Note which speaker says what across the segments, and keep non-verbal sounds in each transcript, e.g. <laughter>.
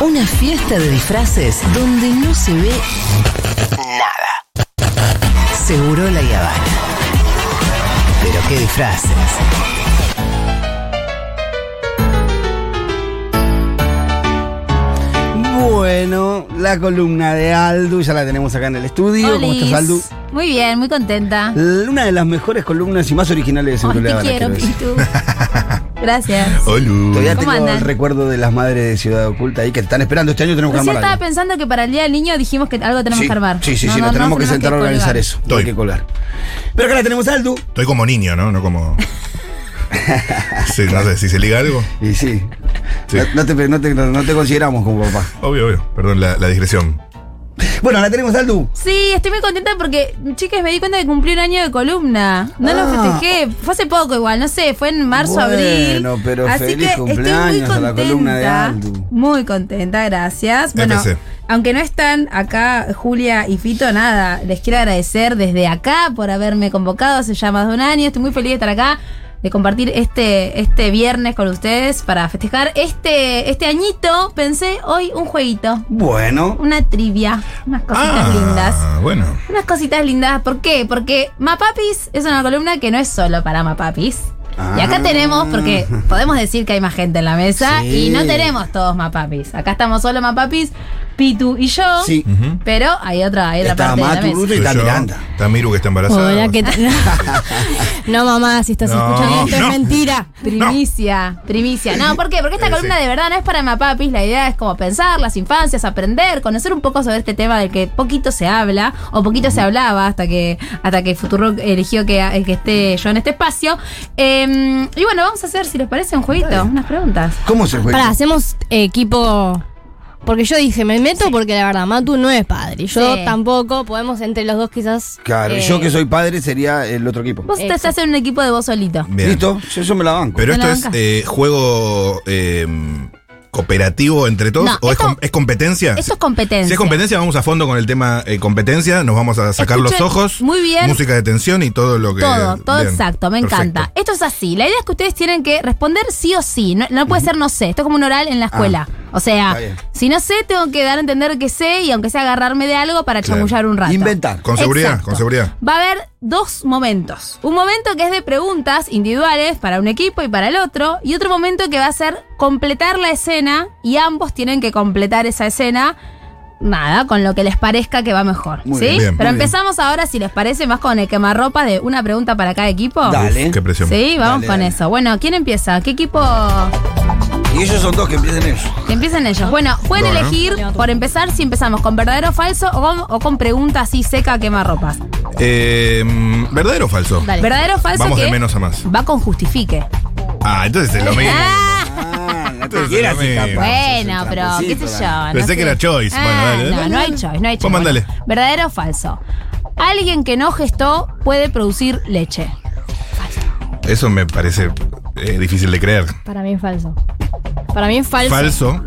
Speaker 1: Una fiesta de disfraces donde no se ve nada. Seguro la Yavana. Pero qué disfraces.
Speaker 2: Bueno, la columna de Aldu ya la tenemos acá en el estudio. ¿Cómo
Speaker 3: Olis.
Speaker 2: estás, Aldu?
Speaker 3: Muy bien, muy contenta.
Speaker 2: L- Una de las mejores columnas y más originales de
Speaker 3: Ay,
Speaker 2: Seguro
Speaker 3: te
Speaker 2: La Habana, quiero
Speaker 3: quiero,
Speaker 2: decir.
Speaker 3: Pitu. <laughs> Gracias.
Speaker 2: Todavía
Speaker 4: Hola.
Speaker 3: ¿Cómo
Speaker 2: tengo el
Speaker 3: andan?
Speaker 2: recuerdo de las madres de Ciudad Oculta ahí que te están esperando. Este año tenemos que
Speaker 3: Recién
Speaker 2: armar
Speaker 3: estaba
Speaker 2: algo.
Speaker 3: pensando que para el Día del Niño dijimos que algo tenemos
Speaker 2: sí,
Speaker 3: que armar.
Speaker 2: sí, sí,
Speaker 3: No,
Speaker 2: sí,
Speaker 3: no,
Speaker 2: nos
Speaker 3: no,
Speaker 2: tenemos que sentar a organizar
Speaker 3: colgar.
Speaker 2: eso. No
Speaker 4: Estoy.
Speaker 2: Hay que colgar. Pero acá la tenemos a Aldu.
Speaker 4: Estoy como niño, ¿no?
Speaker 2: <laughs>
Speaker 4: No como. Sí, no sé, si se liga algo.
Speaker 2: Y sí.
Speaker 4: Sí.
Speaker 2: No, no te, no te- no te consideramos como papá.
Speaker 4: Obvio, obvio. Perdón la, la digresión.
Speaker 2: Bueno, la tenemos a Aldu.
Speaker 3: Sí, estoy muy contenta porque, chicas, me di cuenta que cumplí un año de columna. No
Speaker 2: Ah.
Speaker 3: lo festejé. Fue hace poco igual, no sé, fue en marzo,
Speaker 2: Bueno,
Speaker 3: abril.
Speaker 2: pero
Speaker 3: Así
Speaker 2: feliz
Speaker 3: que
Speaker 2: cumpleaños
Speaker 3: estoy
Speaker 2: a
Speaker 3: muy
Speaker 2: la
Speaker 3: contenta.
Speaker 2: columna de Aldu.
Speaker 3: Muy contenta, gracias. Bueno,
Speaker 4: FC.
Speaker 3: aunque no están acá Julia y Fito, nada, les quiero agradecer desde acá por haberme convocado hace ya más de un año. Estoy muy feliz de estar acá. De compartir este, este viernes con ustedes para festejar este, este añito. Pensé hoy un jueguito,
Speaker 2: Bueno,
Speaker 3: una trivia, unas cositas
Speaker 2: Ah.
Speaker 3: lindas.
Speaker 4: Ah, bueno.
Speaker 3: Unas cositas lindas. ¿Por qué? Porque Mapapis es una columna que no es solo para Mapapis. Y
Speaker 2: Ah.
Speaker 3: acá tenemos, porque podemos decir que hay más gente en la mesa
Speaker 2: Sí.
Speaker 3: y no tenemos todos Mapapis. Acá estamos solo Mapapis, Pitu y yo.
Speaker 2: sí.
Speaker 4: Ujú.
Speaker 3: Pero hay otra, hay otra
Speaker 2: Está
Speaker 3: parte de la
Speaker 2: Matu
Speaker 3: mesa.
Speaker 2: Bruto y
Speaker 4: Soy
Speaker 2: está
Speaker 4: yo,
Speaker 2: Miranda.
Speaker 4: Está Miru que está embarazada.
Speaker 5: Hola,
Speaker 4: <laughs>
Speaker 5: ¿qué tal?
Speaker 3: <laughs>
Speaker 5: No, mamá, si estás
Speaker 4: No,
Speaker 5: escuchando
Speaker 4: <laughs>
Speaker 5: esto
Speaker 4: no.
Speaker 5: es mentira.
Speaker 3: Primicia, primicia. No, ¿por qué? Porque esta
Speaker 4: Eh,
Speaker 3: columna
Speaker 4: sí.
Speaker 3: de verdad no es para mapapis. La idea es como pensar las infancias, aprender, conocer un poco sobre este tema del que poquito se habla o poquito se hablaba hasta que hasta que Futuro eligió que, eh, que esté yo en este espacio. Eh, y bueno, vamos a hacer, si les parece, un jueguito, unas preguntas.
Speaker 2: ¿Cómo se juega?
Speaker 5: Pará, hacemos equipo. Porque yo dije, me meto porque la verdad, Matu no es padre. Yo
Speaker 3: Sí.
Speaker 5: tampoco, podemos entre los dos quizás.
Speaker 2: Claro,
Speaker 5: eh,
Speaker 2: yo que soy padre sería el otro equipo.
Speaker 3: Vos te
Speaker 5: Eso.
Speaker 3: estás en un equipo de vos solito.
Speaker 4: Bien.
Speaker 2: ¿Listo? Yo, yo me la banco.
Speaker 4: Pero
Speaker 3: ¿Me
Speaker 4: esto
Speaker 3: la
Speaker 4: es
Speaker 3: bancas?
Speaker 4: eh, juego eh, cooperativo entre todos
Speaker 3: No,
Speaker 4: o es,
Speaker 3: esto-
Speaker 4: com- es competencia.
Speaker 3: Esto es competencia.
Speaker 4: Si es competencia, vamos a fondo con el tema eh, competencia, nos vamos a sacar
Speaker 3: Escuchen,
Speaker 4: los ojos,
Speaker 3: muy bien.
Speaker 4: música de tensión y todo lo que...
Speaker 3: Todo, todo
Speaker 4: Bien,
Speaker 3: exacto, me
Speaker 4: perfecto.
Speaker 3: encanta. Esto es así, la idea es que ustedes tienen que responder sí o sí, no, no puede ser no sé, esto es como un oral en
Speaker 4: Ah,
Speaker 3: la escuela. o sea,
Speaker 2: está bien.
Speaker 3: si no sé, tengo que dar a entender que sé y aunque sea agarrarme de algo para
Speaker 4: Claro.
Speaker 3: chamullar un rato.
Speaker 2: Inventar.
Speaker 4: Con seguridad,
Speaker 3: Exacto.
Speaker 4: con seguridad.
Speaker 3: Va a haber dos momentos. Un momento que es de preguntas individuales para un equipo y para el otro, y otro momento que va a ser completar la escena y ambos tienen que completar esa escena. Nada, con lo que les parezca que va mejor.
Speaker 2: Muy
Speaker 3: ¿Sí?
Speaker 4: bien, bien,
Speaker 3: Pero
Speaker 2: muy bien.
Speaker 3: empezamos ahora, si les parece, más con el quemarropa de una pregunta para cada equipo.
Speaker 2: Dale.
Speaker 4: Qué presión.
Speaker 3: Sí, vamos
Speaker 2: Dale,
Speaker 3: con
Speaker 2: dale.
Speaker 3: eso. Bueno, ¿quién empieza? ¿Qué equipo?
Speaker 2: Y ellos son dos que empiecen ellos.
Speaker 3: Que empiecen ellos. Bueno, pueden
Speaker 4: Bueno.
Speaker 3: elegir, por empezar, si empezamos con verdadero o falso o con, o con pregunta así seca quemarropas.
Speaker 4: Eh, ¿Verdadero o falso?
Speaker 3: Dale. ¿Verdadero o falso?
Speaker 4: Vamos
Speaker 3: que
Speaker 4: de menos a más.
Speaker 3: Va con justifique.
Speaker 4: Ah, entonces es lo mismo.
Speaker 3: Ah,
Speaker 2: Ah, la
Speaker 4: Entonces,
Speaker 2: tijera
Speaker 4: lo
Speaker 2: sí
Speaker 4: mismo.
Speaker 2: capaz.
Speaker 3: bueno,
Speaker 2: Es un
Speaker 3: pero qué
Speaker 2: tramposito,
Speaker 3: sé
Speaker 2: dale.
Speaker 3: yo. no
Speaker 4: Pensé
Speaker 3: sé.
Speaker 4: que era choice. Bueno,
Speaker 3: Ah,
Speaker 4: dale,
Speaker 3: no,
Speaker 4: dale,
Speaker 3: no hay
Speaker 4: dale.
Speaker 3: choice, no hay choice.
Speaker 4: Vos mandale.
Speaker 3: Bueno, ¿Verdadero o falso? Alguien que no gestó puede producir leche.
Speaker 4: Eso me parece eh, difícil de creer.
Speaker 5: Para mí es falso. Para mí es falso.
Speaker 4: Falso.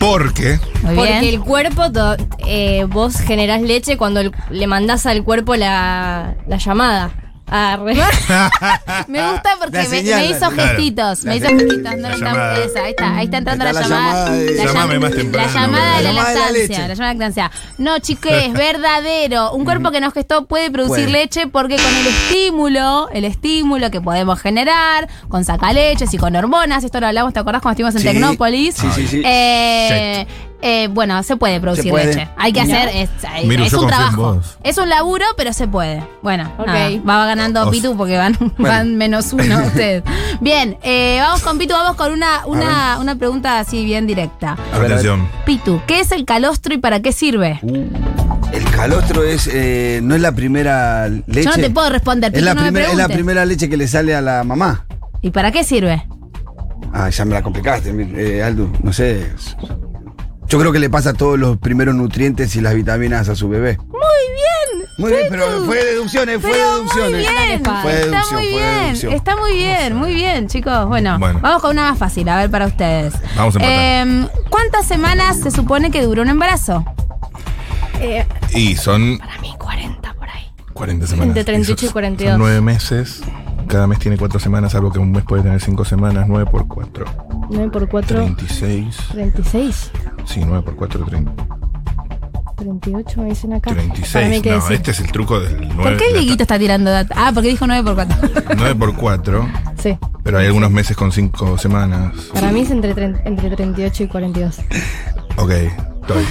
Speaker 4: Porque.
Speaker 3: Muy
Speaker 5: Porque
Speaker 3: bien.
Speaker 5: el cuerpo, to- eh, vos generás leche cuando el- le mandás al cuerpo la, la llamada. Ah, re- <laughs>
Speaker 3: Me gusta porque
Speaker 2: La
Speaker 3: me,
Speaker 2: señal,
Speaker 3: me hizo
Speaker 2: la-
Speaker 4: claro.
Speaker 3: gestitos.
Speaker 2: La
Speaker 3: me hizo
Speaker 2: señal.
Speaker 3: gestitos. No
Speaker 4: La
Speaker 3: lo
Speaker 4: llamada.
Speaker 3: estamos- esa, ahí está, ahí está entrando
Speaker 2: Está
Speaker 3: la,
Speaker 2: la
Speaker 3: llamada.
Speaker 2: llamada de-
Speaker 3: la llam-
Speaker 4: Llamame más temprano,
Speaker 3: La llamada de la,
Speaker 2: boludo. La llamada de la
Speaker 3: lactancia.
Speaker 2: leche.
Speaker 3: la llamada de lactancia. No,
Speaker 4: <laughs>
Speaker 3: chiques, verdadero. Un cuerpo que nos gestó puede producir
Speaker 2: Puede.
Speaker 3: leche porque con el estímulo, el estímulo que podemos generar, con sacaleches y con hormonas, esto lo hablamos, ¿te acordás cuando estuvimos en
Speaker 2: Sí.
Speaker 3: Tecnópolis?
Speaker 2: Sí, sí, sí.
Speaker 3: Eh, eh, bueno, se puede producir
Speaker 2: puede.
Speaker 3: leche. Hay que hacer. Es,
Speaker 4: Miru,
Speaker 3: es
Speaker 4: yo
Speaker 3: un
Speaker 4: confío en
Speaker 3: trabajo.
Speaker 4: vos.
Speaker 3: Es un laburo, pero se puede. Bueno,
Speaker 5: Ok.
Speaker 3: nada, va ganando
Speaker 4: O-
Speaker 3: Pitu porque
Speaker 2: <laughs>
Speaker 3: van, van menos uno ustedes. Bien, eh, vamos con Pitu, vamos con una, una, una pregunta así bien directa.
Speaker 2: A ver, a ver.
Speaker 4: <laughs> Atención.
Speaker 3: Pitu, ¿qué es el calostro y para qué sirve?
Speaker 2: Uh. El calostro es, eh, no es la primera leche.
Speaker 3: Yo no te puedo responder,
Speaker 2: Es
Speaker 3: Pitu,
Speaker 2: la,
Speaker 3: no me
Speaker 2: primera, es la
Speaker 3: preguntes.
Speaker 2: primera leche que le sale a la mamá.
Speaker 3: ¿Y para qué sirve?
Speaker 2: Ah, ya me la complicaste, mi- eh, Aldo. No sé. Yo creo que le pasa todos los primeros nutrientes y las vitaminas a su bebé. Muy bien. Muy bien, pero fue deducciones, fue
Speaker 3: Pero
Speaker 2: deducciones.
Speaker 3: muy bien,
Speaker 2: Fue
Speaker 3: está
Speaker 2: deducción,
Speaker 3: muy
Speaker 2: fue deducción.
Speaker 3: bien, está muy bien, muy bien, chicos. Bueno,
Speaker 4: Bueno.
Speaker 3: vamos con una más fácil, a ver para ustedes.
Speaker 4: Vamos a empatar.
Speaker 3: Em, ¿Cuántas semanas se supone que duró un embarazo?
Speaker 4: Y son
Speaker 5: para mí 40 por ahí.
Speaker 4: 40 semanas.
Speaker 5: Entre 38 y
Speaker 4: son-
Speaker 5: 42.
Speaker 4: Son 9 meses. Cada mes tiene 4 semanas, algo que un mes puede tener 5 semanas. 9 por 4.
Speaker 5: 9 por 4,
Speaker 4: 36.
Speaker 5: 36.
Speaker 4: Sí, 9 por 4, 30.
Speaker 5: 38 me dicen acá. Para mí
Speaker 4: 36.
Speaker 5: que
Speaker 4: No,
Speaker 5: decir.
Speaker 4: este es el truco del 9.
Speaker 2: Pues
Speaker 3: ¿Por qué el Dieguito está tirando data? Ah, porque dijo 9
Speaker 2: <laughs>
Speaker 3: por 4.
Speaker 4: 9 por 4,
Speaker 5: Sí.
Speaker 4: pero hay algunos meses con 5 semanas.
Speaker 5: Para mí es entre, tre- entre 38 y 42.
Speaker 4: Ok, estoy.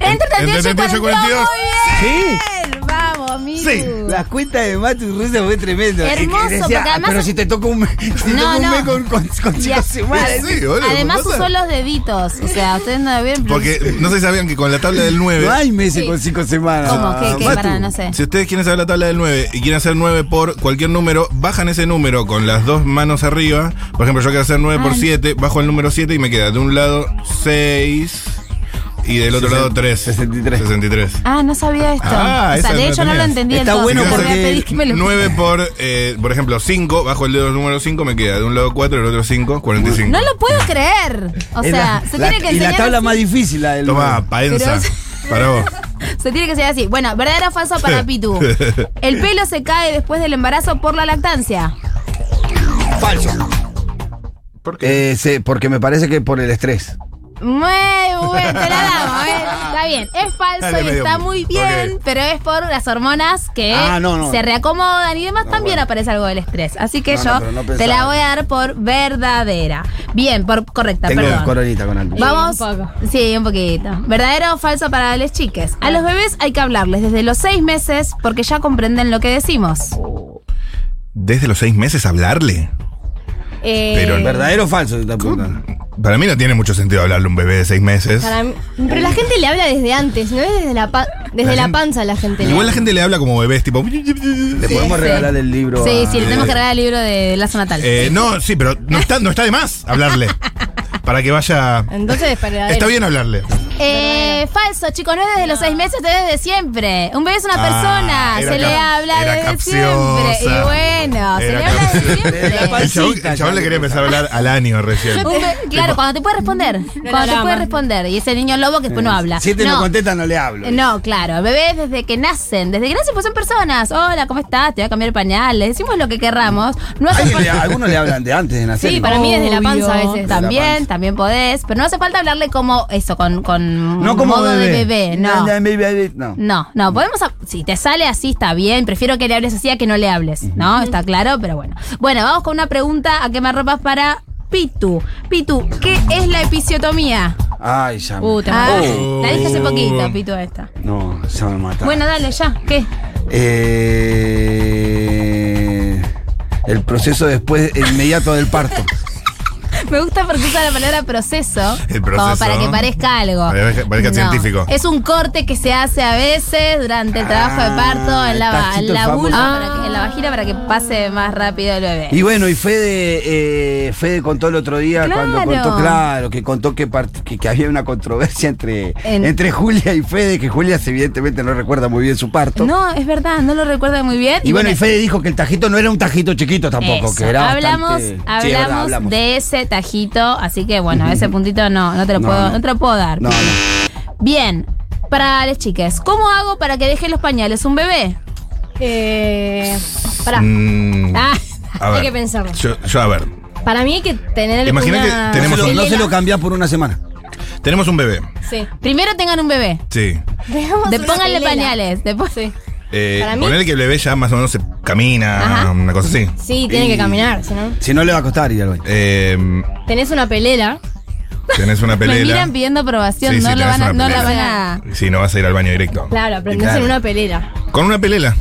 Speaker 3: Entre 38 y
Speaker 4: 38
Speaker 3: 42.
Speaker 4: y 42.
Speaker 3: Muy
Speaker 2: Sí.
Speaker 3: bien. Vamos, amigo.
Speaker 2: Sí, las cuentas de Matu Russo fue tremendo.
Speaker 3: Hermoso,
Speaker 2: Y que
Speaker 3: porque además-
Speaker 2: pero si te toca un, <laughs> si te
Speaker 3: No,
Speaker 2: toca un
Speaker 3: no.
Speaker 2: mes con, con, con
Speaker 3: Y
Speaker 2: cinco
Speaker 3: a-
Speaker 2: semanas.
Speaker 4: Sí, boludo,
Speaker 3: Además
Speaker 4: ¿qué pasa?
Speaker 3: usó los deditos. O sea, ustedes no lo vieron. pero-
Speaker 4: Porque no sé si sabían que con la tabla del
Speaker 2: <laughs>
Speaker 4: 9.
Speaker 2: No hay meses
Speaker 5: Sí.
Speaker 2: con cinco semanas.
Speaker 3: ¿Cómo? ¿Qué? ¿Qué?
Speaker 2: Matu.
Speaker 3: Pará, no sé.
Speaker 4: Si ustedes quieren saber la tabla del 9 y quieren hacer 9 por cualquier número, bajan ese número con las dos manos arriba. Por ejemplo, yo quiero hacer 9 por
Speaker 3: Ay.
Speaker 4: 7, bajo el número 7 y me queda de un lado 6 y del otro lado 3.
Speaker 2: 63.
Speaker 4: 63.
Speaker 3: Ah, no sabía esto.
Speaker 4: Ah,
Speaker 3: o sea,
Speaker 4: esa
Speaker 3: de
Speaker 4: no
Speaker 3: hecho no lo
Speaker 4: tenías.
Speaker 3: entendí del
Speaker 2: Está
Speaker 3: todo.
Speaker 2: bueno
Speaker 3: Voy a
Speaker 4: porque
Speaker 3: pedir que me lo-
Speaker 4: 9 por, eh, por ejemplo, 5, bajo el dedo del número 5 me queda de un lado 4 y del otro 5, 45.
Speaker 3: No lo puedo creer. O
Speaker 2: Es
Speaker 3: sea,
Speaker 2: la-
Speaker 3: se
Speaker 2: la-
Speaker 3: tiene que
Speaker 2: Y la
Speaker 3: enseñar.
Speaker 2: tabla
Speaker 3: así.
Speaker 2: más difícil, la del.
Speaker 4: Toma, paenza. Para vos.
Speaker 3: Se tiene que enseñar así. Bueno, verdadero o falso
Speaker 2: <laughs>
Speaker 3: para Pitu. El pelo se cae después del embarazo por la lactancia.
Speaker 4: ¿Por qué?
Speaker 2: Eh, sí, porque me parece que por el estrés.
Speaker 3: Muy bueno,
Speaker 2: <laughs>
Speaker 3: te la damos, ¿eh? Está bien. Es falso
Speaker 4: Dale,
Speaker 3: y
Speaker 4: medio
Speaker 3: está
Speaker 4: punto.
Speaker 3: muy bien,
Speaker 4: Ok.
Speaker 3: pero es por las hormonas que
Speaker 2: Ah, no, no.
Speaker 3: se reacomodan y demás. también aparece algo del estrés. Así que
Speaker 2: No, no,
Speaker 3: yo
Speaker 2: pero no
Speaker 3: te la
Speaker 2: pensaba.
Speaker 3: voy a dar por verdadera. Bien, por correcta,
Speaker 2: Tengo
Speaker 3: perdón.
Speaker 2: coronita con Aldo.
Speaker 3: Vamos.
Speaker 5: Un poco.
Speaker 3: Sí, un poquito. ¿Verdadero o falso para los chiques? A los bebés hay que hablarles desde los seis meses porque ya comprenden lo que decimos.
Speaker 4: ¿Desde los 6 meses hablarle?
Speaker 5: Eh,
Speaker 4: Pero en
Speaker 2: ¿Verdadero o falso? te está preguntando?
Speaker 4: Para mí no tiene mucho sentido hablarle a un bebé de 6 meses.
Speaker 5: para mí- pero la gente le habla desde antes, no es desde la, pa- desde la,
Speaker 4: gente-
Speaker 5: panza la gente le
Speaker 4: Igual la
Speaker 5: habla.
Speaker 4: gente le habla como bebés, tipo.
Speaker 2: Le podemos regalar el libro.
Speaker 3: Sí,
Speaker 2: a- eh,
Speaker 3: sí, le tenemos que regalar el libro de Lazo Natal.
Speaker 4: Eh, no, sí, pero no está, no está de más hablarle. para que vaya.
Speaker 5: Entonces, para
Speaker 4: Está bien hablarle.
Speaker 3: Eh, falso, chicos, no es desde los seis meses, es desde siempre. Un bebé es una
Speaker 4: Ah,
Speaker 3: persona,
Speaker 4: era
Speaker 3: se le
Speaker 4: cap-
Speaker 3: habla
Speaker 4: era
Speaker 3: desde
Speaker 4: capciosa.
Speaker 3: siempre. Y bueno, se
Speaker 4: Era
Speaker 3: le habla desde
Speaker 2: Desde
Speaker 4: capciosa.
Speaker 2: la
Speaker 3: siempre.
Speaker 4: El chabón,
Speaker 2: pancita,
Speaker 4: el chabón le quería empezar a hablar al año recién.
Speaker 3: Un be- claro, cuando te puede responder. Cuando te
Speaker 5: drama.
Speaker 3: puede responder. Y ese niño lobo que después no habla.
Speaker 2: Si te no contesta, no le hablo.
Speaker 3: No, claro, el bebé es desde que nacen, desde que nacen pues son personas. Hola, ¿cómo estás? Te voy a cambiar el pañal, le decimos lo que querramos. No hace
Speaker 2: Alguien le-
Speaker 3: falta-
Speaker 2: Algunos le hablan de antes de nacer.
Speaker 5: Sí,
Speaker 2: ¿no?
Speaker 5: para mí desde la panza a veces.
Speaker 2: De la
Speaker 3: También,
Speaker 2: panza.
Speaker 3: también podés, pero no hace falta hablarle como eso, con, con
Speaker 2: No como
Speaker 3: modo de bebé, no.
Speaker 2: No, no, baby, no.
Speaker 3: No, no, podemos. hab- Si te sale así, está bien. Prefiero que le hables así a que no le hables, ¿no? Está claro, pero bueno. Bueno, vamos con una pregunta a quemarropas para Pitu. Pitu, ¿qué es la episiotomía?
Speaker 2: Ay, ya. me-
Speaker 5: Uh, te
Speaker 3: Ah,
Speaker 4: Oh.
Speaker 3: La dije hace poquito, Pitu, esta.
Speaker 2: No, ya me mataron.
Speaker 3: Bueno, dale, ya. ¿Qué? <laughs>
Speaker 2: Eh, el proceso después inmediato del parto.
Speaker 3: Me gusta porque usa la palabra proceso,
Speaker 4: El
Speaker 3: como
Speaker 4: proceso.
Speaker 3: para que parezca algo.
Speaker 4: Para que parezca científico.
Speaker 3: Es un corte que se hace a veces durante el trabajo de
Speaker 2: Ah,
Speaker 3: parto en
Speaker 2: el
Speaker 3: la,
Speaker 2: tacito
Speaker 3: en la
Speaker 2: famoso.
Speaker 3: vulva,
Speaker 5: Ah.
Speaker 3: para que- en la vagina, para que pase más rápido el bebé.
Speaker 2: Y bueno, y Fede, eh, Fede contó el otro día cuando
Speaker 3: Claro.
Speaker 2: contó, claro, que contó que, part- que, que había una controversia entre,
Speaker 3: En-
Speaker 2: entre Julia y Fede, que Julia evidentemente no recuerda muy bien su parto.
Speaker 3: No, es verdad, no lo recuerdo muy bien.
Speaker 2: Y, bueno, y Fede dijo que el tajito no era un tajito chiquito tampoco,
Speaker 3: eso.
Speaker 2: que era
Speaker 3: hablamos,
Speaker 2: bastante- Sí,
Speaker 3: hablamos,
Speaker 2: es verdad, hablamos.
Speaker 3: de ese tajito, así que bueno,
Speaker 2: <laughs>
Speaker 3: ese puntito no, no te lo
Speaker 2: No,
Speaker 3: puedo,
Speaker 2: no.
Speaker 3: no te lo puedo dar.
Speaker 2: No, no.
Speaker 3: Bien, para las chiques, ¿cómo hago para que deje los pañales un bebé?
Speaker 5: Eh, pará,
Speaker 4: Mm,
Speaker 3: Ah,
Speaker 4: a ver.
Speaker 5: hay que pensarlo.
Speaker 4: Yo, yo, a ver.
Speaker 5: para mí hay que tener
Speaker 4: Imagina
Speaker 5: una...
Speaker 4: que tenemos-
Speaker 2: No se lo- no se
Speaker 5: Lela.
Speaker 2: lo cambiás por una semana.
Speaker 4: Tenemos un bebé.
Speaker 5: <laughs> Sí.
Speaker 3: primero tengan un bebé.
Speaker 4: Sí.
Speaker 5: Dejamos
Speaker 3: De
Speaker 5: una
Speaker 3: pónganle
Speaker 5: pelela.
Speaker 3: pañales, después.
Speaker 4: Eh,
Speaker 5: Para mí-
Speaker 4: ponele que el bebé ya más o menos se camina,
Speaker 3: Ajá.
Speaker 4: una cosa así.
Speaker 5: Sí, tiene
Speaker 2: Y-
Speaker 5: que caminar, si no.
Speaker 2: Si no le va a costar ir al baño.
Speaker 4: Eh,
Speaker 5: Tenés una pelela.
Speaker 4: tenés una
Speaker 3: <laughs> Me
Speaker 4: pelela.
Speaker 3: miran pidiendo aprobación,
Speaker 4: Sí, sí,
Speaker 3: no, lo
Speaker 4: tenés
Speaker 3: van a- no
Speaker 4: una
Speaker 3: la van
Speaker 4: pelela.
Speaker 3: a.
Speaker 4: Sí, no vas a ir al baño directo.
Speaker 5: Claro, aprendés
Speaker 2: Claro.
Speaker 5: en una pelela.
Speaker 4: Con una pelela.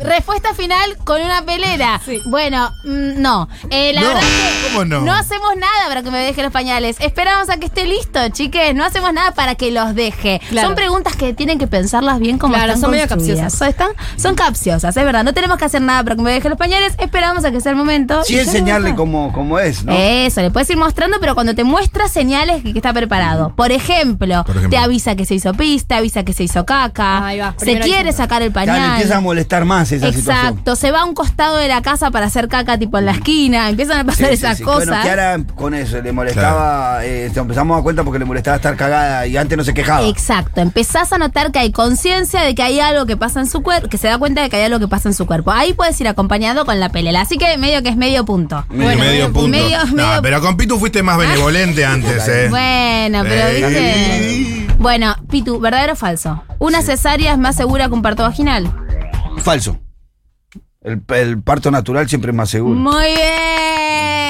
Speaker 3: Respuesta final con una pelera.
Speaker 5: Sí.
Speaker 3: Bueno, mm, no. Eh, la
Speaker 4: No,
Speaker 3: verdad que
Speaker 4: ¿cómo no?
Speaker 3: hacemos nada para que me deje los pañales. Esperamos a que esté listo, chiques. No hacemos nada para que los deje.
Speaker 5: Claro.
Speaker 3: Son preguntas que tienen que pensarlas bien como
Speaker 5: Claro,
Speaker 3: están
Speaker 5: son medio
Speaker 3: construidas.
Speaker 5: capciosas.
Speaker 3: Son- Están, son capciosas, es verdad. No tenemos que hacer nada para que me deje los pañales. Esperamos a que sea el momento.
Speaker 2: Sí
Speaker 3: Oh, Y ya no Eh,
Speaker 2: enseñarle
Speaker 3: va.
Speaker 2: cómo, cómo es, ¿no?
Speaker 3: Eso, le puedes ir mostrando, pero cuando te muestra señales que, que está preparado. Por ejemplo,
Speaker 4: Por ejemplo.
Speaker 3: te avisa que se hizo pista, avisa que se hizo caca,
Speaker 5: Ahí va,
Speaker 3: se
Speaker 5: primero
Speaker 3: quiere
Speaker 5: aviso.
Speaker 3: sacar el
Speaker 2: Ya le
Speaker 3: pañal.
Speaker 2: empieza a molestar más más esa situación.
Speaker 3: Exacto, se va a un costado de la casa para hacer caca tipo en la esquina, empiezan a
Speaker 2: Sí,
Speaker 3: pasar
Speaker 2: sí,
Speaker 3: esas
Speaker 2: sí.
Speaker 3: cosas.
Speaker 2: Bueno, Kiara con eso le molestaba, eh, se empezamos a dar cuenta porque le molestaba estar cagada y antes no se quejaba.
Speaker 3: Exacto, empezás a notar que hay conciencia de que hay algo que pasa en su cuerpo, que se da cuenta de que hay algo que pasa en su cuerpo. Ahí puedes ir acompañado con la pelela, así que medio que es medio punto.
Speaker 4: medio, punto.
Speaker 3: medio-
Speaker 4: No,
Speaker 3: medio-
Speaker 4: pero con Pitu fuiste
Speaker 3: <laughs>
Speaker 4: más benevolente antes, ¿eh?
Speaker 3: Bueno, pero
Speaker 4: Eh.
Speaker 3: viste. Bueno, Pitu, ¿verdadero o falso? ¿Una cesárea es más segura que un parto vaginal?
Speaker 2: Falso. El, el parto natural siempre es más seguro.
Speaker 3: Muy bien.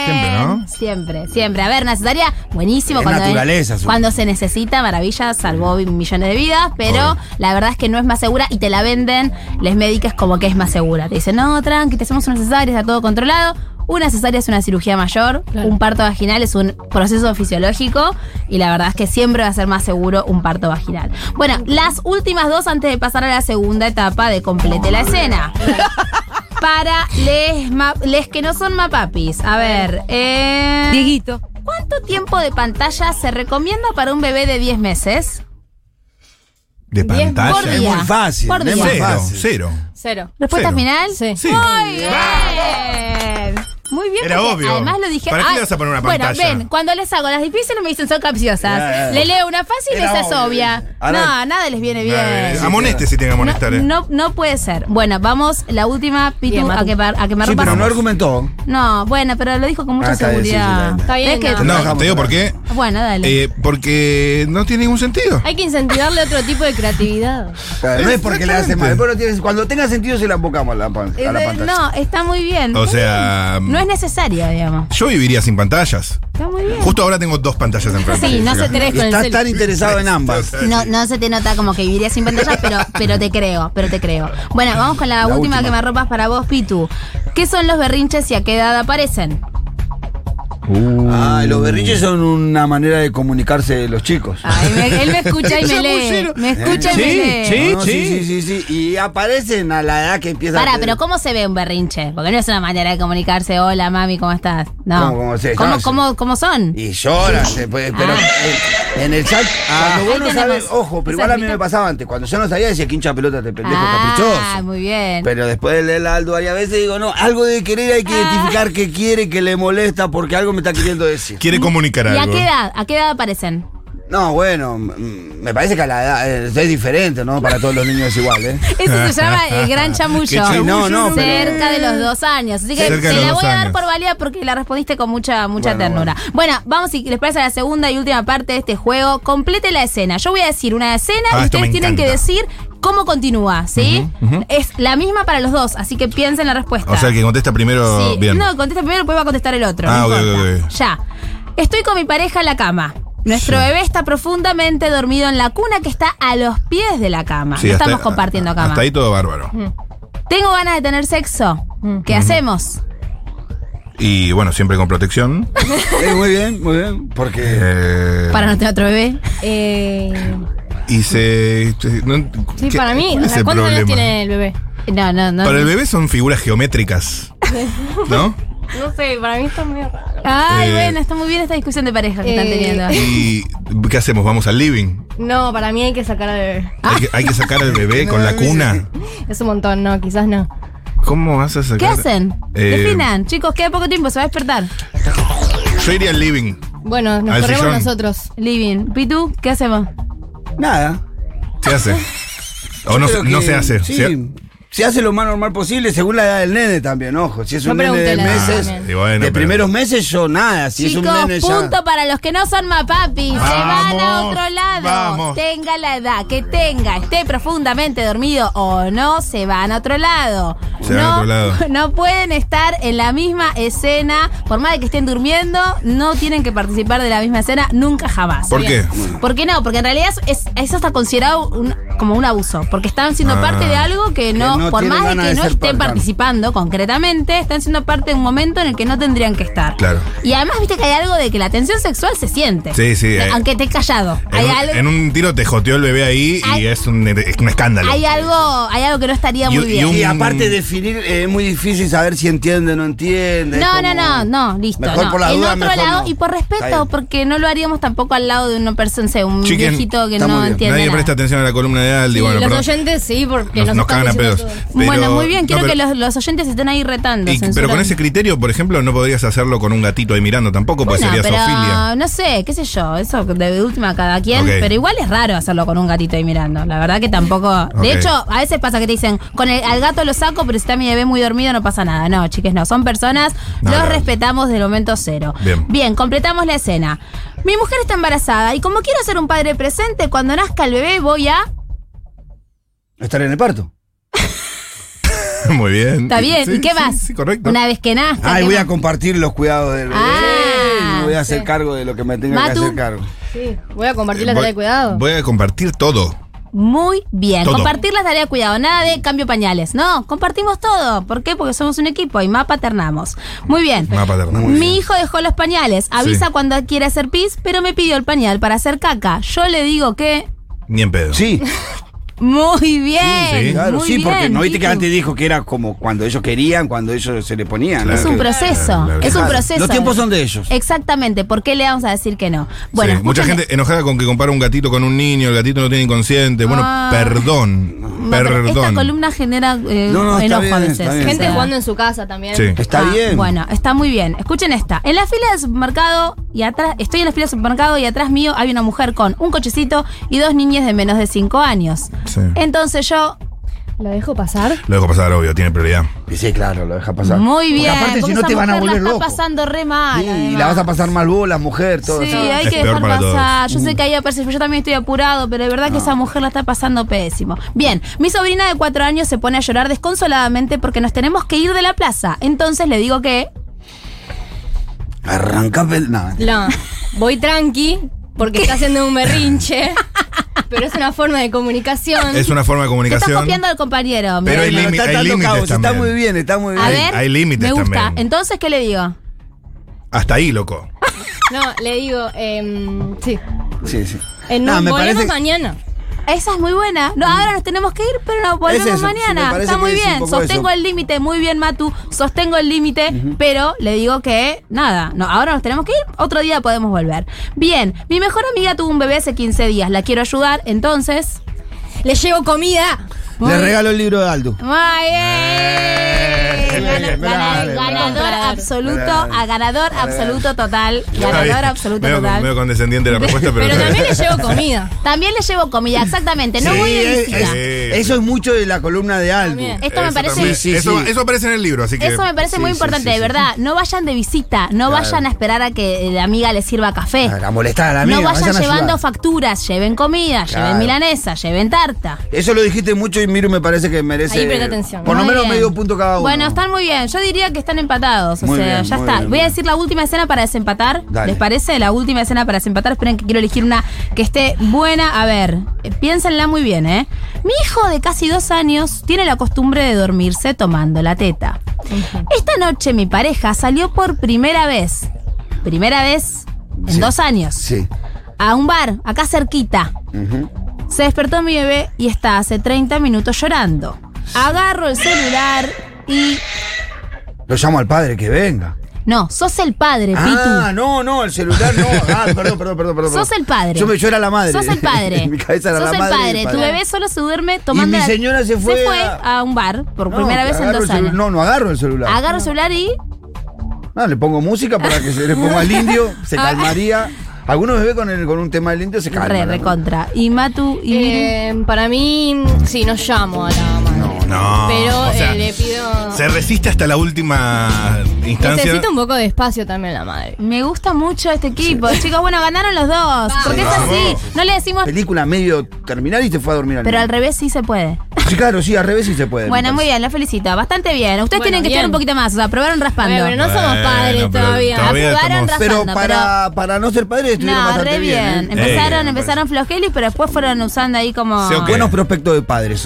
Speaker 4: Siempre, ¿no?
Speaker 3: Siempre, siempre. A ver, una cesárea, buenísimo.
Speaker 2: Es
Speaker 3: cuando
Speaker 2: naturaleza, su-
Speaker 3: cuando se necesita, maravilla, salvó millones de vidas, pero
Speaker 4: Obvio.
Speaker 3: la verdad es que no es más segura y te la venden les médicas como que es más segura. Te dicen, no, tranqui, te hacemos una cesárea, está todo controlado. Una cesárea es una cirugía mayor,
Speaker 5: Claro.
Speaker 3: un parto vaginal es un proceso fisiológico y la verdad es que siempre va a ser más seguro un parto vaginal. Bueno, las últimas dos antes de pasar a la segunda etapa de complete la escena. Para les, ma- les que no son mapapis. A ver, eh...
Speaker 6: Dieguito.
Speaker 3: ¿Cuánto tiempo de pantalla se recomienda para un bebé de 10 meses?
Speaker 4: De
Speaker 5: Diez
Speaker 4: pantalla.
Speaker 3: por
Speaker 2: Es
Speaker 3: día.
Speaker 2: muy fácil,
Speaker 3: Por
Speaker 2: es
Speaker 3: día.
Speaker 2: muy
Speaker 4: Cero,
Speaker 2: fácil.
Speaker 4: cero.
Speaker 5: <laughs> Cero.
Speaker 3: ¿Respuesta
Speaker 4: Cero.
Speaker 3: final?
Speaker 5: Sí.
Speaker 4: Sí.
Speaker 3: Muy bien. Muy bien,
Speaker 4: Era
Speaker 3: porque
Speaker 4: obvio.
Speaker 3: además lo dije.
Speaker 4: ¿Para qué
Speaker 3: Ah,
Speaker 4: le vas a poner una pantalla?
Speaker 3: Bueno, ven, cuando les hago las difíciles me dicen son capciosas.
Speaker 2: Ya, ya, ya.
Speaker 3: Le leo una fácil y
Speaker 2: Era
Speaker 3: esa es
Speaker 2: obvio,
Speaker 3: obvio.
Speaker 2: ¿viste? Ahora-
Speaker 3: No, nada les viene bien.
Speaker 4: Eh, amoneste si tiene que
Speaker 3: No,
Speaker 4: amonestar, ¿eh?
Speaker 3: no, no puede ser. Bueno, vamos, la última, Pitu,
Speaker 5: Bien, Matu.
Speaker 3: a que, par- a que me
Speaker 2: Sí, pero
Speaker 3: rompas.
Speaker 2: no argumentó.
Speaker 3: No, bueno, pero lo dijo con mucha
Speaker 2: Ah, está bien, sí, sí,
Speaker 3: seguridad.
Speaker 2: está
Speaker 5: bien.
Speaker 3: Es que-
Speaker 5: Está
Speaker 4: No,
Speaker 2: Trabajamos
Speaker 4: te digo
Speaker 2: para-
Speaker 4: por qué.
Speaker 3: Bueno, dale.
Speaker 4: Eh, porque no tiene ningún sentido.
Speaker 5: Hay que incentivarle otro tipo de creatividad.
Speaker 2: O sea, no es porque le hace mal. Bueno, tienes- cuando tenga sentido se la enfocamos a la, pan- a la
Speaker 3: Eh,
Speaker 2: pantalla.
Speaker 3: no, está muy bien.
Speaker 4: O sea,
Speaker 3: No es necesario, digamos.
Speaker 4: yo viviría sin pantallas.
Speaker 3: Está muy bien.
Speaker 4: Justo ahora tengo dos pantallas enfrente.
Speaker 5: Sí, no se
Speaker 4: Acá.
Speaker 5: tres con el
Speaker 2: Estás
Speaker 5: celu.
Speaker 2: tan interesado en ambas.
Speaker 3: No, no se te nota como que vivirías sin pantallas, pero, pero te creo, pero te creo. Bueno, vamos con
Speaker 2: La
Speaker 3: la, última,
Speaker 2: última.
Speaker 3: que me ropas para vos, Pitu. ¿Qué son los berrinches y a qué edad aparecen?
Speaker 2: Ah, los berrinches son una manera de comunicarse de los chicos.
Speaker 3: Ay, me- él me
Speaker 2: <laughs>
Speaker 3: escucha y me lee. Me escucha y me lee.
Speaker 2: Sí, sí, sí, sí, sí. Y aparecen a la edad que empieza
Speaker 3: eh. Pará,
Speaker 2: a tener-
Speaker 3: pero ¿cómo se ve un berrinche? Porque no es una manera de comunicarse, hola mami, ¿cómo estás? No.
Speaker 2: ¿Cómo- cómo se- no,
Speaker 3: ¿Cómo,
Speaker 2: sí.
Speaker 3: cómo- cómo son?
Speaker 2: Y lloran, se puede- pero eh, en el chat, cuando
Speaker 3: Ah. Ahí
Speaker 2: vos no
Speaker 3: tenemos.
Speaker 2: sabes, ojo, pero igual a mí me
Speaker 3: Exacto.
Speaker 2: pasaba antes, cuando yo no sabía decía quincha pelota, te pendejo
Speaker 3: Ah,
Speaker 2: caprichoso.
Speaker 3: muy bien.
Speaker 2: Pero después de leer la Aldo varias veces digo, no, algo de querer hay que
Speaker 3: Ah.
Speaker 2: identificar que quiere, que le molesta, porque algo me está queriendo decir.
Speaker 4: Quiere comunicar
Speaker 3: ¿Y a
Speaker 4: algo.
Speaker 3: qué edad? ¿A qué edad aparecen?
Speaker 2: No, bueno, mm, me parece que a la edad eh, es diferente, ¿no? Para todos los niños es igual,
Speaker 3: <laughs>
Speaker 2: ¿eh?
Speaker 3: Eso se llama
Speaker 2: <laughs>
Speaker 3: el gran chamullo.
Speaker 4: Qué
Speaker 2: no,
Speaker 4: chamullo,
Speaker 2: no, pero-
Speaker 3: cerca de los dos años. Así que
Speaker 4: Cerca
Speaker 3: te
Speaker 4: de los
Speaker 3: la
Speaker 4: dos
Speaker 3: voy a dar
Speaker 4: años.
Speaker 3: por válida porque la respondiste con mucha, mucha
Speaker 2: Bueno,
Speaker 3: ternura. Bueno. vamos, si les parece, a la segunda y última parte de este juego. Complete la escena. Yo voy a decir una escena
Speaker 4: Ah,
Speaker 3: y
Speaker 4: esto
Speaker 3: ustedes
Speaker 4: me
Speaker 3: tienen que
Speaker 4: encanta.
Speaker 3: decir cómo continúa, ¿sí? Es la misma para los dos, así que piensen la respuesta.
Speaker 4: O sea, el que contesta primero
Speaker 3: Sí,
Speaker 4: bien.
Speaker 3: No, contesta primero, después va a contestar el otro.
Speaker 4: Ah,
Speaker 3: no
Speaker 4: ok,
Speaker 3: importa.
Speaker 4: ok, ok.
Speaker 3: Ya. Estoy con mi pareja en la cama. Nuestro bebé está profundamente dormido en la cuna que está a los pies de la cama.
Speaker 4: Sí,
Speaker 3: no
Speaker 4: hasta-
Speaker 3: estamos compartiendo Mm. cama.
Speaker 4: Hasta ahí todo bárbaro.
Speaker 3: Tengo ganas de tener sexo. ¿Qué hacemos?
Speaker 4: Y bueno, siempre
Speaker 3: <laughs>
Speaker 4: con protección.
Speaker 2: Eh, muy bien, muy bien, porque...
Speaker 4: Eh,
Speaker 3: Para no tener otro
Speaker 4: <laughs>
Speaker 3: bebé.
Speaker 5: Eh,
Speaker 4: Y se. este, no-
Speaker 5: sí,
Speaker 4: ¿qué-
Speaker 5: para mí.
Speaker 4: cuál
Speaker 5: o
Speaker 4: es
Speaker 5: sea,
Speaker 4: el
Speaker 5: ¿Cuántos años
Speaker 4: problema?
Speaker 5: tiene el bebé?
Speaker 3: No, no, no.
Speaker 4: Para el bebé son
Speaker 3: <laughs>
Speaker 4: figuras geométricas. ¿No?
Speaker 5: No sé, para mí está medio raro.
Speaker 3: Ay,
Speaker 4: Eh.
Speaker 3: bueno, está muy bien esta discusión de pareja que están
Speaker 5: Eh.
Speaker 3: teniendo.
Speaker 4: ¿Y qué hacemos? ¿Vamos al living?
Speaker 5: No, para mí hay que sacar al bebé.
Speaker 4: ¿Hay que, hay que sacar al bebé con la cuna?
Speaker 5: Es un montón, no, quizás no.
Speaker 4: ¿Cómo vas a sacar?
Speaker 3: ¿Qué hacen?
Speaker 4: Eh,
Speaker 3: Definan, chicos, queda poco tiempo, se va a despertar.
Speaker 4: Yo iría al living.
Speaker 5: Bueno, nos
Speaker 4: Al
Speaker 5: corremos
Speaker 4: sillón.
Speaker 5: nosotros.
Speaker 3: Living. Pitu, ¿qué hacemos?
Speaker 2: Nada.
Speaker 3: <laughs>
Speaker 4: Se hace. O no,
Speaker 2: Creo
Speaker 4: no
Speaker 2: que
Speaker 4: se hace.
Speaker 2: Sí,
Speaker 4: Se-
Speaker 2: se hace lo más normal posible según la edad del nene también, ojo. Si es
Speaker 5: No
Speaker 2: un nene
Speaker 5: pregunté
Speaker 2: de
Speaker 5: la edad
Speaker 2: meses,
Speaker 5: también.
Speaker 4: Y bueno,
Speaker 2: de
Speaker 4: pero-
Speaker 2: primeros meses yo nada. Si es
Speaker 3: Chicos,
Speaker 2: un nene ya...
Speaker 3: punto para los que no son mapapis. Se van a
Speaker 4: Vamos,
Speaker 3: otro lado.
Speaker 4: vamos.
Speaker 3: Tenga la edad que tenga, esté profundamente dormido o no, se van a otro lado.
Speaker 4: Se
Speaker 3: no,
Speaker 4: van a otro lado.
Speaker 3: <laughs> no pueden estar en la misma escena. Por más de que estén durmiendo, no tienen que participar de la misma escena nunca jamás.
Speaker 4: ¿Por qué?
Speaker 3: ¿Por qué no? Porque en realidad es, es hasta considerado un- como un abuso. Porque están siendo
Speaker 4: Ah.
Speaker 3: parte de algo que no,
Speaker 2: no
Speaker 3: por
Speaker 2: tienen
Speaker 3: más de
Speaker 2: ganas
Speaker 3: que
Speaker 2: de
Speaker 3: no
Speaker 2: ser
Speaker 3: estén
Speaker 2: parte.
Speaker 3: participando concretamente, están siendo parte de un momento en el que no tendrían que estar.
Speaker 4: Claro.
Speaker 3: Y además, viste que hay algo de que la tensión sexual se siente.
Speaker 4: Sí, sí, eh.
Speaker 3: Aunque estés callado.
Speaker 4: En,
Speaker 3: Hay,
Speaker 4: un,
Speaker 3: algo,
Speaker 4: en un tiro te joteó el bebé ahí
Speaker 3: Hay-
Speaker 4: y es un, es un escándalo.
Speaker 3: hay algo, hay algo que no estaría
Speaker 4: Y-
Speaker 3: muy
Speaker 4: y
Speaker 3: bien.
Speaker 4: un-
Speaker 2: Y aparte definir eh, es muy difícil saber si entiende o no entiende.
Speaker 3: no,
Speaker 2: es
Speaker 3: no,
Speaker 2: como-
Speaker 3: no, no, listo.
Speaker 2: Mejor
Speaker 3: no.
Speaker 2: por la
Speaker 3: en
Speaker 2: duda,
Speaker 3: otro
Speaker 2: mejor
Speaker 3: lado,
Speaker 2: no.
Speaker 3: y por
Speaker 2: Está
Speaker 3: respeto,
Speaker 2: bien.
Speaker 3: porque no lo haríamos tampoco al lado de una persona, no sé, un
Speaker 4: Chiquen,
Speaker 3: viejito que
Speaker 2: está
Speaker 3: no
Speaker 2: muy bien.
Speaker 3: entiende
Speaker 4: Nadie
Speaker 3: nada.
Speaker 4: presta atención a la columna de de Aldi.
Speaker 5: Sí,
Speaker 4: bueno,
Speaker 5: los
Speaker 4: perdón.
Speaker 5: oyentes sí, porque
Speaker 4: nos,
Speaker 5: nos,
Speaker 4: nos
Speaker 5: están
Speaker 4: cagan a
Speaker 5: diciendo
Speaker 4: pedos.
Speaker 5: todo.
Speaker 4: Pero-
Speaker 3: bueno, muy bien,
Speaker 4: no,
Speaker 3: quiero
Speaker 4: pero-
Speaker 3: que los, los oyentes estén ahí retando.
Speaker 4: y- pero con
Speaker 3: censurando.
Speaker 4: ese criterio, por ejemplo, no podrías hacerlo con un gatito ahí mirando tampoco, porque
Speaker 3: Bueno,
Speaker 4: Pues sería
Speaker 3: pero
Speaker 4: zoofilia. <laughs>
Speaker 3: no sé, qué sé yo, eso de última cada quien,
Speaker 4: Ok.
Speaker 3: pero igual es raro hacerlo con un gatito ahí mirando, la verdad que tampoco, de
Speaker 4: Ok.
Speaker 3: hecho, a veces pasa que te dicen, con el al gato lo saco, pero si está mi bebé muy dormido no pasa nada, no, chiques, no, son personas,
Speaker 4: No,
Speaker 3: los
Speaker 4: no.
Speaker 3: respetamos del momento cero.
Speaker 4: Bien.
Speaker 3: completamos la escena. Mi mujer está embarazada y como quiero ser un padre presente, cuando nazca el bebé voy a...
Speaker 2: Estar en el parto.
Speaker 4: Muy bien.
Speaker 3: Está bien,
Speaker 4: Sí,
Speaker 3: ¿y qué
Speaker 4: sí,
Speaker 3: más?
Speaker 4: Sí, correcto.
Speaker 3: Una vez que nazca...
Speaker 2: Ay,
Speaker 3: ¿qué
Speaker 2: voy
Speaker 3: más?
Speaker 2: a compartir los cuidados del bebé.
Speaker 3: Ah,
Speaker 2: Y voy a hacer cargo de lo que me tenga
Speaker 3: Matu.
Speaker 2: que hacer cargo.
Speaker 5: Sí, voy a compartir
Speaker 4: Eh,
Speaker 5: la
Speaker 4: voy-
Speaker 5: tarea de cuidado.
Speaker 4: Voy a compartir todo.
Speaker 3: Muy bien.
Speaker 4: Todo.
Speaker 3: Compartir las tareas de cuidado, nada de cambio pañales. No, compartimos todo. ¿Por qué? Porque somos un equipo y más paternamos. Muy bien.
Speaker 4: Más paterna.
Speaker 3: Mi hijo dejó los pañales. Avisa
Speaker 4: Sí.
Speaker 3: cuando quiere hacer pis, pero me pidió el pañal para hacer caca. Yo le digo que.
Speaker 4: Ni en pedo.
Speaker 2: Sí,
Speaker 3: Muy bien.
Speaker 4: Sí,
Speaker 2: claro,
Speaker 3: muy
Speaker 2: sí, porque
Speaker 3: bien,
Speaker 2: no viste que
Speaker 3: Pitu.
Speaker 2: antes dijo que era como cuando ellos querían, cuando ellos se le ponían. ¿no?
Speaker 3: Es un
Speaker 2: Que-
Speaker 3: proceso.
Speaker 4: Claro,
Speaker 3: Es un
Speaker 2: claro,
Speaker 3: proceso.
Speaker 2: Los tiempos son de ellos.
Speaker 3: Exactamente. ¿Por qué le vamos a decir que no?
Speaker 4: Sí,
Speaker 3: Bueno,
Speaker 4: mucha
Speaker 3: escúchame.
Speaker 4: gente enojada con que compara un gatito con un niño, el gatito no tiene inconsciente. Bueno,
Speaker 3: Ah.
Speaker 4: perdón,
Speaker 3: No, pero
Speaker 4: perdón.
Speaker 3: Esta columna genera eh,
Speaker 2: No, no, está
Speaker 3: enojo a
Speaker 2: bien,
Speaker 3: veces.
Speaker 2: está bien.
Speaker 5: Gente
Speaker 3: O sea,
Speaker 5: jugando en su casa también.
Speaker 4: Sí.
Speaker 2: Está
Speaker 3: Ah,
Speaker 2: bien.
Speaker 3: Bueno, está muy bien. Escuchen esta. En la fila del supermercado y atrás, estoy en la fila del supermercado y atrás mío hay una mujer con un cochecito y dos niñas de menos de 5 años.
Speaker 4: Sí.
Speaker 3: Entonces yo,
Speaker 5: ¿Lo dejo pasar?
Speaker 4: Lo dejo pasar, obvio, tiene prioridad.
Speaker 2: Y sí, claro, lo deja pasar.
Speaker 3: muy bien.
Speaker 2: Porque aparte,
Speaker 3: porque
Speaker 2: si no
Speaker 3: esa
Speaker 2: te van a
Speaker 3: mujer
Speaker 2: volver
Speaker 3: la
Speaker 2: loco.
Speaker 3: está pasando re mal.
Speaker 2: Sí, y la vas a
Speaker 3: además.
Speaker 2: pasar mal vos, la mujer, todo
Speaker 3: Sí, eh.
Speaker 2: eso.
Speaker 3: hay
Speaker 4: Es
Speaker 3: que dejar
Speaker 4: peor para
Speaker 3: pasar.
Speaker 4: todos.
Speaker 3: Yo sé que hay pero yo también estoy apurado, pero de verdad que esa mujer la está pasando pésimo. Bien, mi sobrina de cuatro años se pone a llorar desconsoladamente porque nos tenemos que ir de la plaza. Entonces le digo que
Speaker 2: Arranca pues, pel- no,
Speaker 5: No, voy tranqui porque está haciendo un berrinche. pero es una forma de comunicación.
Speaker 4: Es una forma
Speaker 3: te estás
Speaker 4: de comunicación.
Speaker 3: copiando al compañero.
Speaker 4: Pero hay
Speaker 2: Bueno,
Speaker 4: lími-
Speaker 2: está
Speaker 4: hay
Speaker 2: atando
Speaker 4: límites
Speaker 2: cabos, Está
Speaker 4: también.
Speaker 2: muy bien, está muy
Speaker 3: A
Speaker 2: bien.
Speaker 3: ver,
Speaker 4: hay límites
Speaker 3: me gusta.
Speaker 4: también.
Speaker 3: Entonces, ¿qué le digo?
Speaker 4: Hasta ahí, loco.
Speaker 5: No, le digo, em, sí.
Speaker 2: Sí, sí.
Speaker 5: Eh,
Speaker 2: No,
Speaker 5: nos
Speaker 2: me
Speaker 5: volvemos
Speaker 2: parece-
Speaker 5: mañana.
Speaker 3: Esa es muy buena.
Speaker 4: Mm.
Speaker 3: No, ahora nos tenemos que ir, pero nos volvemos
Speaker 2: Es eso, me
Speaker 3: mañana.
Speaker 2: parece
Speaker 3: Está muy
Speaker 2: que es un
Speaker 3: bien.
Speaker 2: poco
Speaker 3: Sostengo
Speaker 2: eso.
Speaker 3: el límite, muy bien, Matu. Sostengo el límite, pero le digo que nada. No, ahora nos tenemos que ir, otro día podemos volver. Bien, mi mejor amiga tuvo un bebé hace 15 días. La quiero ayudar, entonces.
Speaker 5: Le llevo comida.
Speaker 2: Le regalo el libro de Aldo.
Speaker 3: Muy
Speaker 4: Eh.
Speaker 3: bien. Gana- gana-
Speaker 2: bravo,
Speaker 3: Ganador
Speaker 5: bravo.
Speaker 3: absoluto,
Speaker 2: Bravo.
Speaker 3: a ganador
Speaker 2: Eh.
Speaker 3: absoluto total.
Speaker 4: Está bien.
Speaker 3: Ganador absoluto
Speaker 4: Medio,
Speaker 3: total.
Speaker 4: medio condescendiente la respuesta, pero.
Speaker 5: <laughs> Pero también
Speaker 4: <laughs>
Speaker 5: le llevo comida.
Speaker 3: También le llevo comida, exactamente. No
Speaker 2: Sí,
Speaker 3: voy de
Speaker 2: es-
Speaker 3: visita.
Speaker 2: es- eso es mucho de la columna de Aldo. Ah,
Speaker 5: También.
Speaker 3: Esto me
Speaker 4: eh, Eso
Speaker 3: parece-
Speaker 4: también.
Speaker 2: Sí, sí,
Speaker 4: eso,
Speaker 2: sí.
Speaker 4: eso aparece en el libro, así que.
Speaker 3: Eso me parece
Speaker 2: Sí,
Speaker 3: muy
Speaker 2: sí,
Speaker 3: importante,
Speaker 2: sí,
Speaker 3: de
Speaker 2: sí.
Speaker 3: verdad. No vayan de visita, no vayan a esperar a que la amiga les sirva café.
Speaker 2: A molestar a la amiga.
Speaker 3: Este, no vayan,
Speaker 2: vayan a
Speaker 3: llevando
Speaker 2: ayudar.
Speaker 3: facturas, lleven comida, lleven
Speaker 2: Claro.
Speaker 3: milanesa, lleven tarta.
Speaker 2: Eso lo dijiste mucho y Miru me parece que merece.
Speaker 5: Ahí presta atención.
Speaker 2: Por lo
Speaker 3: Muy
Speaker 2: menos
Speaker 3: bien.
Speaker 2: medio punto cada uno.
Speaker 3: Bueno, están muy bien. Yo diría que están empatados. O
Speaker 2: Muy
Speaker 3: sea,
Speaker 2: bien,
Speaker 3: ya
Speaker 2: muy
Speaker 3: está.
Speaker 2: bien,
Speaker 3: Voy a
Speaker 2: muy
Speaker 3: decir la última escena para desempatar.
Speaker 2: Dale.
Speaker 3: ¿Les parece? La última escena para desempatar. Esperen que quiero elegir una que esté buena. A ver, eh, piénsenla muy bien, ¿eh? Mi hijo de casi dos años tiene la costumbre de dormirse tomando la teta. Esta noche mi pareja salió por primera vez. Primera vez en
Speaker 2: Sí.
Speaker 3: dos años.
Speaker 2: Sí.
Speaker 3: A un bar, acá cerquita.
Speaker 2: Ujú.
Speaker 3: Se despertó mi bebé y está hace 30 minutos llorando. Agarro el celular y.
Speaker 2: Lo llamo al padre que venga.
Speaker 3: No, sos el padre,
Speaker 2: Ah, no, no, el celular no. Ah,
Speaker 3: <laughs>
Speaker 2: perdón, perdón, perdón.
Speaker 3: Pitu.
Speaker 2: perdón.
Speaker 3: Sos el padre.
Speaker 2: Yo, me, yo era la madre.
Speaker 3: Sos el
Speaker 2: <laughs>
Speaker 3: padre.
Speaker 2: En mi cabeza era
Speaker 3: sos
Speaker 2: la
Speaker 3: el
Speaker 2: madre. y
Speaker 3: padre. Tu bebé solo se duerme tomando.
Speaker 2: mi
Speaker 3: la-
Speaker 2: señora se fue a-
Speaker 3: a... un bar por
Speaker 2: No,
Speaker 3: primera vez en
Speaker 2: agarro
Speaker 3: dos
Speaker 2: el celu-
Speaker 3: años.
Speaker 2: No, no agarro el celular.
Speaker 3: Agarro el celular y.
Speaker 2: No, le pongo música para que se le ponga al indio,
Speaker 3: <laughs>
Speaker 2: se calmaría. Algunos bebés con, el- con un tema del indio se calman.
Speaker 3: Re, recontra. Y Matu y Miru.
Speaker 5: Eh, para mí, sí, no llamo a la madre.
Speaker 4: No.
Speaker 5: Pero
Speaker 4: o sea,
Speaker 5: eh, le pido.
Speaker 4: Se resiste hasta la última instancia.
Speaker 5: Necesita un poco de espacio también la madre.
Speaker 3: Me gusta mucho este equipo. Chicos, bueno, ganaron los dos. Porque es
Speaker 4: Vamos.
Speaker 3: así. No le decimos.
Speaker 2: Película medio terminal y se fue a dormir al
Speaker 3: Pero al
Speaker 2: indio.
Speaker 3: revés sí se puede.
Speaker 2: Sí, claro, sí, al revés sí se puede.
Speaker 3: Bueno,
Speaker 2: me
Speaker 3: muy
Speaker 2: parece.
Speaker 3: bien, la felicito. Bastante bien. Ustedes
Speaker 5: Bueno,
Speaker 3: tienen que estar
Speaker 5: bien.
Speaker 3: un poquito más. O sea, probaron raspando.
Speaker 5: Bueno, pero no somos
Speaker 4: Bueno,
Speaker 5: padres
Speaker 4: pero
Speaker 5: todavía.
Speaker 4: todavía
Speaker 3: Aprobaron
Speaker 4: estamos-
Speaker 3: raspando,
Speaker 2: Pero para, para no ser padre estuvieron
Speaker 3: No,
Speaker 2: bastante
Speaker 3: re bien.
Speaker 2: bien. ¿eh?
Speaker 4: Eh,
Speaker 3: Empezaron,
Speaker 4: me
Speaker 3: empezaron flojeles, pero después fueron usando ahí como.
Speaker 4: Sí, ok.
Speaker 2: Buenos prospectos de padres.